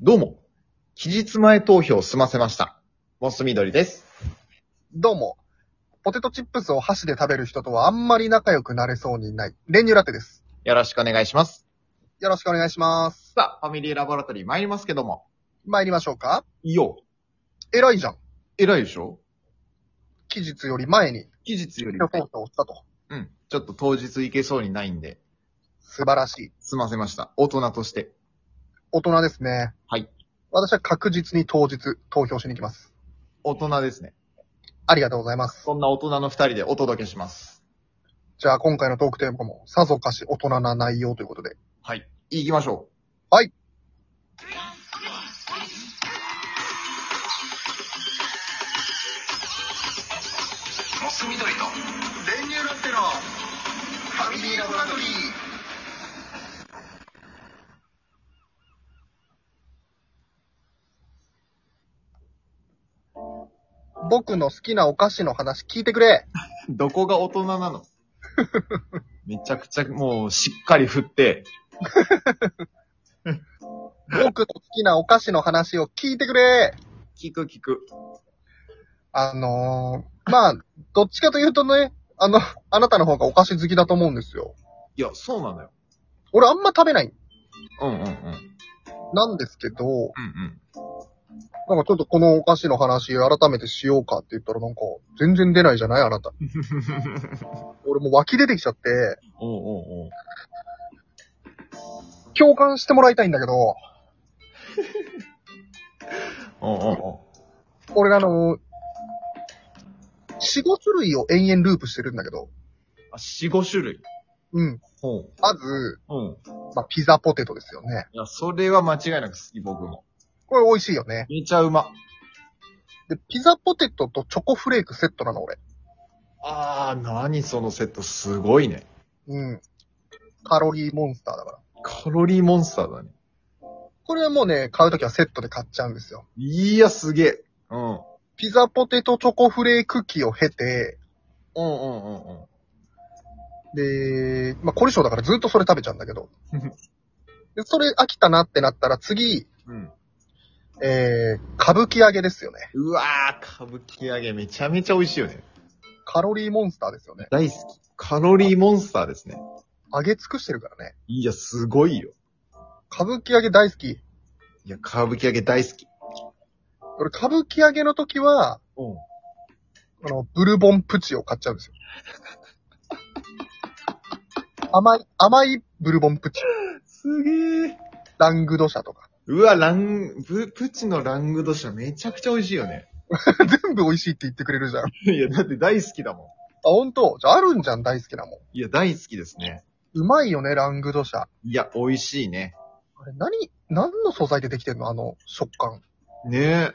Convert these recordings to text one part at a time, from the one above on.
どうも。期日前投票済ませました。モスみどりです。どうも。ポテトチップスを箸で食べる人とはあんまり仲良くなれそうにない。練乳ラテです。よろしくお願いします。よろしくお願いします。さあ、ファミリーラボラトリー参りますけども。参りましょうか。いいよ。偉いじゃん。偉いでしょ期日より前に、期日より投。票をしたと。うん。ちょっと当日行けそうにないんで、素晴らしい。済ませました。大人として。大人ですね。はい。私は確実に当日投票しに行きます。大人ですね。ありがとうございます。そんな大人の二人でお届けします。じゃあ今回のトークテーマもさぞかし大人な内容ということで。はい。行きましょう。はい。モスみどりと練乳ラテのファミリーラボラトリー。僕の好きなお菓子の話聞いてくれ。どこが大人なの めちゃくちゃもうしっかり振って、僕の好きなお菓子の話を聞いてくれ。聞く聞く。あのー、まあ、どっちかというとね、あの、あなたの方がお菓子好きだと思うんですよ。いや、そうなのよ。俺あんま食べない。うんうんうん。うんなんですけど、うん。なんかちょっとこのお菓子の話改めてしようかって言ったらなんか、全然出ないじゃないあなた。俺もう湧き出てきちゃって、おうおうおう共感してもらいたいんだけど、おうおうお俺あの、4、5種類を延々ループしてるんだけど、うあ、四五種類。うん。ほう。まず、うん。まあ、ピザポテトですよね。いや、それは間違いなく好き、僕も。これ美味しいよね。めちゃうま。で、ピザポテトとチョコフレークセットなの、俺。あー、何そのセット、すごいね。うん。カロリーモンスターだから。カロリーモンスターだね。これはもうね、買うときはセットで買っちゃうんですよ。いや、すげえ。うん。ピザポテトチョコフレーク機を経て、うんうんうんうん。で、まあ、凝り性だからずっとそれ食べちゃうんだけど。で、それ飽きたなってなったら次、うん。えー、歌舞伎揚げですよね。うわー、歌舞伎揚げめちゃめちゃ美味しいよね。カロリーモンスターですよね。大好き。カロリーモンスターですね。揚げ尽くしてるからね。いや、すごいよ。歌舞伎揚げ大好き。いや、歌舞伎揚げ大好き。俺、歌舞伎揚げの時は、うん。あの、ブルボンプチを買っちゃうんですよ。甘い、甘いブルボンプチ。すげえ。ラングドシャとか。うわ、ラン、プ、プチのラングドシャめちゃくちゃ美味しいよね。全部美味しいって言ってくれるじゃん。あ、いや、だって大好きだもん。ほんとじゃあ、あるんじゃん、大好きなもん。いや、大好きですね。うまいよね、ラングドシャ。いや、美味しいね。あれ、何、何の素材でできてんのあの、食感。ねえ。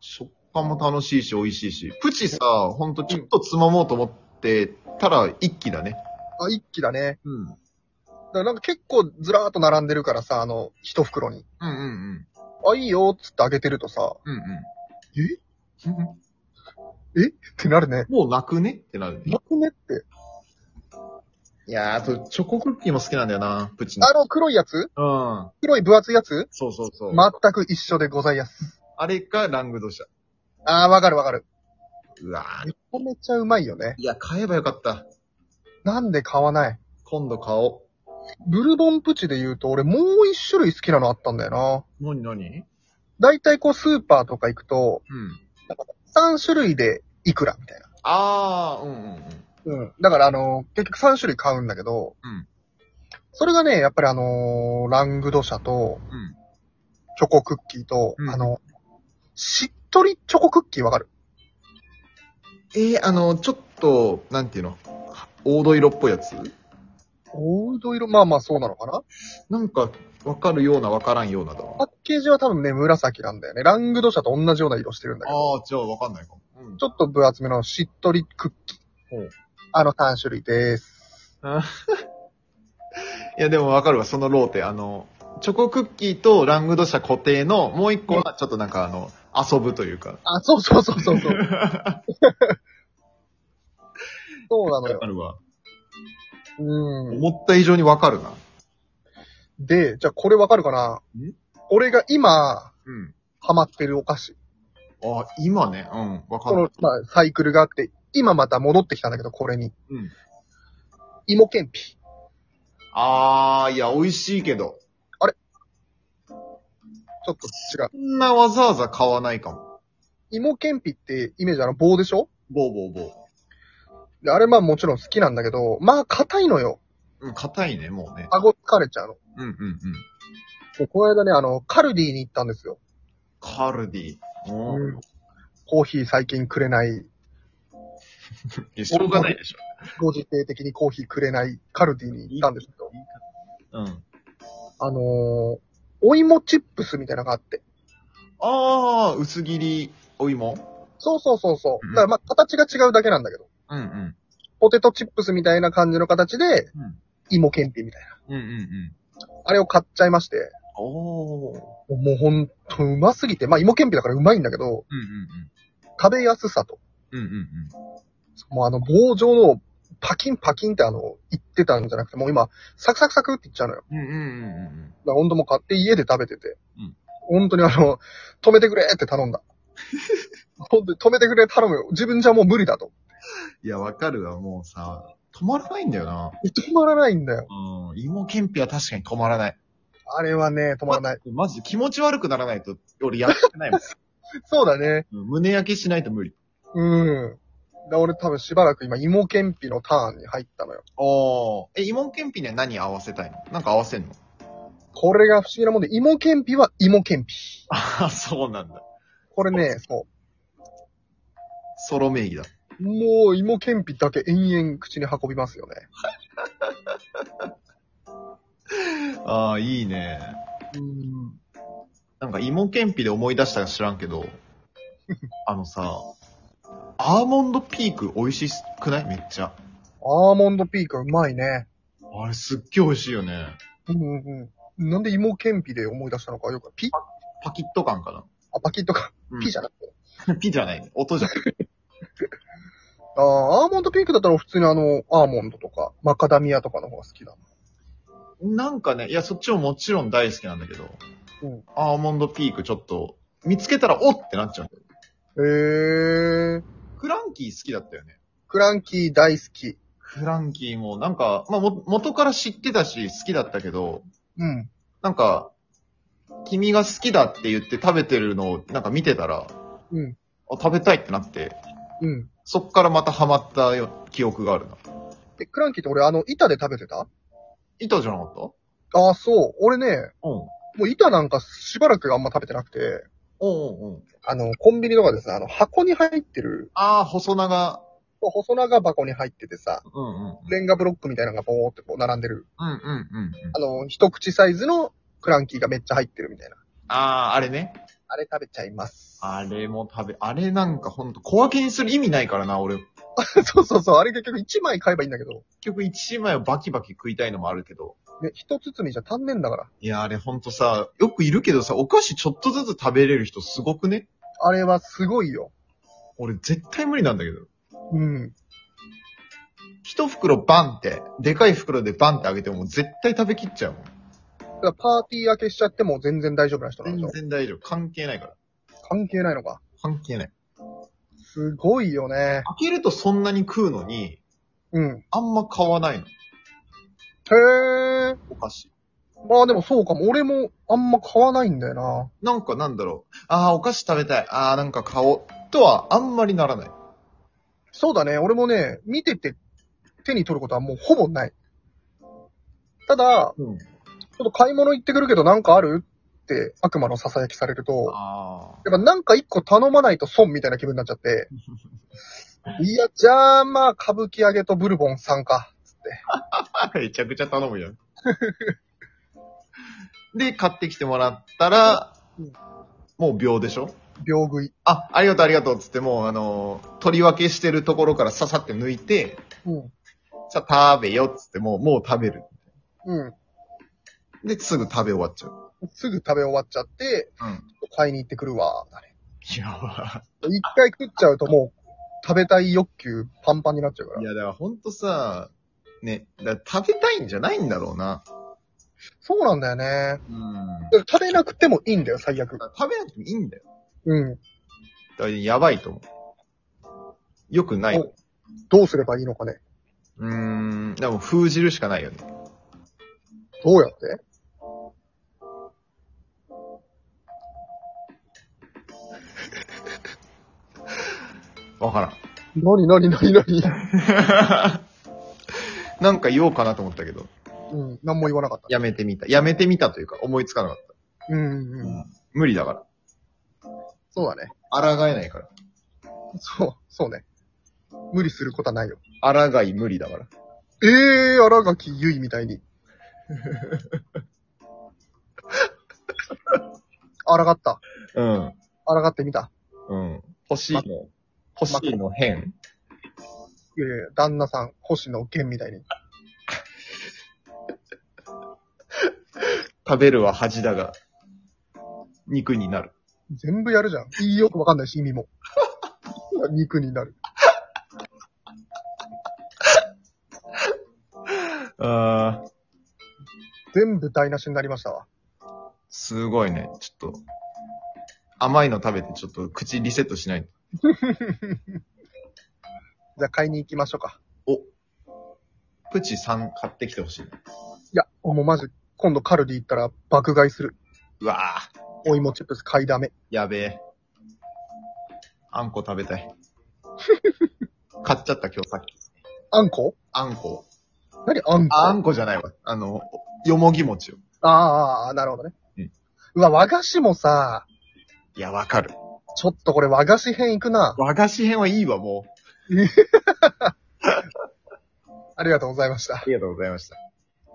食感も楽しいし、美味しいし。プチさ、ほんとちょっとつまもうと思ってたら一気だね。あ、一気だね。うん。だからなんか結構ずらーっと並んでるからさ、あの、一袋に。うんうんあ、いいよ、っつってあげてると さ、うん。うんうん。えうんってなるね。もう泣くねってなるね。なくねって。いやー、あと、チョコクッキーも好きなんだよな、プチの。あの、黒いやつうん。黒い分厚いやつそうそうそう。全く一緒でございやす。あれか、ラングドシャ。あー、わかるわかる。うわーめちゃめちゃうまいよね。いや、買えばよかった。なんで買わない今度買おブルボンプチで言うと、俺もう一種類好きなのあったんだよな。う。なになにだいたいこうスーパーとか行くと、うん。 3種類でいくらみたいな。あー、うんうんうん。うん。だからあのー結局3種類買うんだけど、うんそれがね、やっぱりあのーラングドシャと、うんチョコクッキーと、うんあの、しっとりチョコクッキーわかるえー、あの、ちょっと、なんていうの黄土色っぽいやつ黄土色、まあまあそうなのかななんか、わかるような、わからんようなだわ。パッケージは多分ね、紫なんだよね。ラングドシャと同じような色してるんだけど。あー、じゃあわかんないかも。うんち。ょっと分厚めのしっとりクッキほーう。あの3種類です。いや、でもわかるわ、そのローテ。あの、チョコクッキーとラングドシャ固定の、もう一個は、ちょっとなんかあの、遊ぶというか。あ、そうそうそうそ うそう。そうなのわよか。るわ。うん。思った以上にわかるな。で、じゃあこれわかるかな俺が今、うん。ハマってるお菓子。あ、今ね。うん。わかこる。の、まあ、サイクルがあって、今また戻ってきたんだけど、これに。うん。芋けんぴ。あー、いや、美味しいけど。ちょっと違う。そんなわざわざ買わないかも。芋けんぴってイメージあの棒でしょぼうぼうぼう。であれまあもちろん好きなんだけど、まあ硬いのよ。うん、硬いね、もうね。顎疲れちゃうの。うんうんうん。でこの間ね、あの、カルディに行ったんですよ。カルディ。おーうんコーヒー最近くれない、いやしょうがないでしょ。ご時世的にコーヒーくれないカルディに行ったんですけど、うん。あのー、お芋チップスみたいなのがあって。あー、薄切りお芋。そうそうそうそうんう。だからまあ形が違うだけなんだけど、うんうん。ポテトチップスみたいな感じの形でうん、芋けんぴみたいな。うんうんうん。あれを買っちゃいまして、おー。もうほんとうますぎて、まあ芋けんぴだからうまいんだけど、うん食べやすさと、うんうん。うんうんもうあの棒状のパキンパキンってあの、言ってたんじゃなくて、もう今、サクサクサクって言っちゃうのよ。うん。うんうんうんうんだから温度も買って家で食べてて。うん本当にあの、止めてくれって頼んだ。本当に止めてくれ頼むよ。自分じゃもう無理だと。いや、わかるわ、もうさ、止まらないんだよな。止まらないんだよ。うん。芋けんぴは確かに止まらない。あれはね、止まらない。マジ気持ち悪くならないと、俺やってないもん。そうだね。 うん胸焼けしないと無理。うん。だ俺多分しばらく今、芋けんぴのターンに入ったのよ。おー。え、芋けんぴには何合わせたいのなんか合わせんのこれが不思議なもんで、芋けんぴは芋けんぴ。ああ、 そうなんだ。これね、そソロ名義だ。う。もう芋けんぴだけ延々口に運びますよね。ああ、いいね。うん。なんか芋けんぴで思い出したか知らんけど、 あのさ、アーモンドピーク美味しくないめっちゃ。アーモンドピークうまいね。あれすっげえ美味しいよね。うんうんうん。なんで芋けんぴで思い出したのかよく。ピパキッと感かな。あ、パキッとか。うんピじゃなくて。ピじゃない。 音じゃない。ああ、アーモンドピークだったら普通にあの、アーモンドとか、マカダミアとかの方が好きだ。なんかね、いや、そっちももちろん大好きなんだけど、うんアーモンドピークちょっと、見つけたらおってなっちゃうんだよ。へえ。クランキー好きだったよね。クランキー大好き。クランキーも、なんか、まあ、も、元から知ってたし、好きだったけど、うん。なんか、君が好きだって言って食べてるのをなんか見てたら、うん。あ食べたいってなって、うん。そっからまたハマったよ記憶があるな。え、クランキーって俺あの、板で食べてた板じゃなかっああ、そう。俺たね、うん。もう板なんかしばらくあんま食べてなくて、うんうんうん。あの、コンビニとかですね、あの、箱に入ってる、ああ、細長。細長箱に入っててさ、うんうんうん。レンガブロックみたいなのがボーってこう並んでる、うんうんうんうん。あの、一口サイズのクランキーがめっちゃ入ってるみたいな。ああ、あれね。あれ食べちゃいます。あれも食べ、あれなんかほんと小分けにする意味ないからな、俺。結 そうそうそう。あれ結局1枚買えばいいんだけど。局一枚をバキバキ食いたいのもあるけど。ね、一包みじゃ足んねえんだから。いや、あれほんとさ、よくいるけどさ、お菓子ちょっとずつ食べれる人すごくねあれはすごいよ。俺絶対無理なんだけど。うん。一袋バンって、でかい袋でバンってあげても絶対食べきっちゃうもん。だからパーティー明けしちゃっても全然大丈夫な人なんでし全然ょ大丈夫。関係ないから。関係ないのか。関係ない。すごいよね。開けるとそんなに食うのに、うん。へあんま買わないの。え。お菓子。まあでもそうかも。俺もあんま買わないんだよな。なんかなんだろう。ああ、お菓子食べたい。ああ、なんか買おう。とはあんまりならない。そうだね。俺もね、見てて手に取ることはもうほぼない。ただ、うん。ちょっと買い物行ってくるけどなんかあるって悪魔の囁きされると、ああ。やっぱなんか一個頼まないと損みたいな気分になっちゃって。いや、じゃあまあ、歌舞伎揚げとブルボンさんか。 めちゃくちゃ頼むよ。 で、買ってきてもらったらうん、もう秒でしょ秒食い。あ、ありがとうありがとうっつってもう、あのー取り分けしてるところからささって抜いて、うん。さあ食べよっつってもう、もう食べる。うで、すぐ食べ終わっちゃう。ん。すぐ食べ終わっちゃって、うん。買いに行ってくるわ。だねいやば一回食っちゃうともう、食べたい欲求パンパンになっちゃうからい。。いや、だからほんとさ、ね、だから食べたいんじゃないんだろうな。そうなんだよね。うん。だから食べなくてもいいんだよ、最悪。食べなくてもいいんだよ。うん。だからやばいと思う。よくない。おうどうすればいいのかね。ーん。でも封じるしかないよね。どうやってわ からん。なになになになになんか言おうかなと思ったけど、 うん、なんも言わなかった。やめてみた。やめてみたというか、思いつかなかった。うん、うん。無理だから。そうだね。抗えないから。そう、そうね。無理することはないよ。抗い無理だから。えー、荒垣結衣みたいに。 荒がった。うん。荒がってみた。うん。星の、星の変いやいや、旦那さん、星野源みたいに。食べるは恥だが、肉になる。全部やるじゃん。いいよくわかんないし、意味も。 肉になる。あー、全部台無しになりましたわ。すごいね。ちょっと、甘いの食べてちょっと口リセットしないと。じゃあ買いに行きましょうか。プチ3買ってきてほしい。いや、もうマジ、今度カルディ行ったら爆買いする。うわぁ、お芋チップス買いだめ。やべえ。あんこ食べ たい。買っちゃった今日さっき。あんこあんこ。何あんこあ、あんこじゃないわ。あの、よもぎ餅を。あーあー、なるほどね。うんうわ、和菓子もさ、いや、わかる。ちょっとこれ和菓子編行くな。和菓子編はいいわ、もう。ありがとうございましたあ。りがとうございました。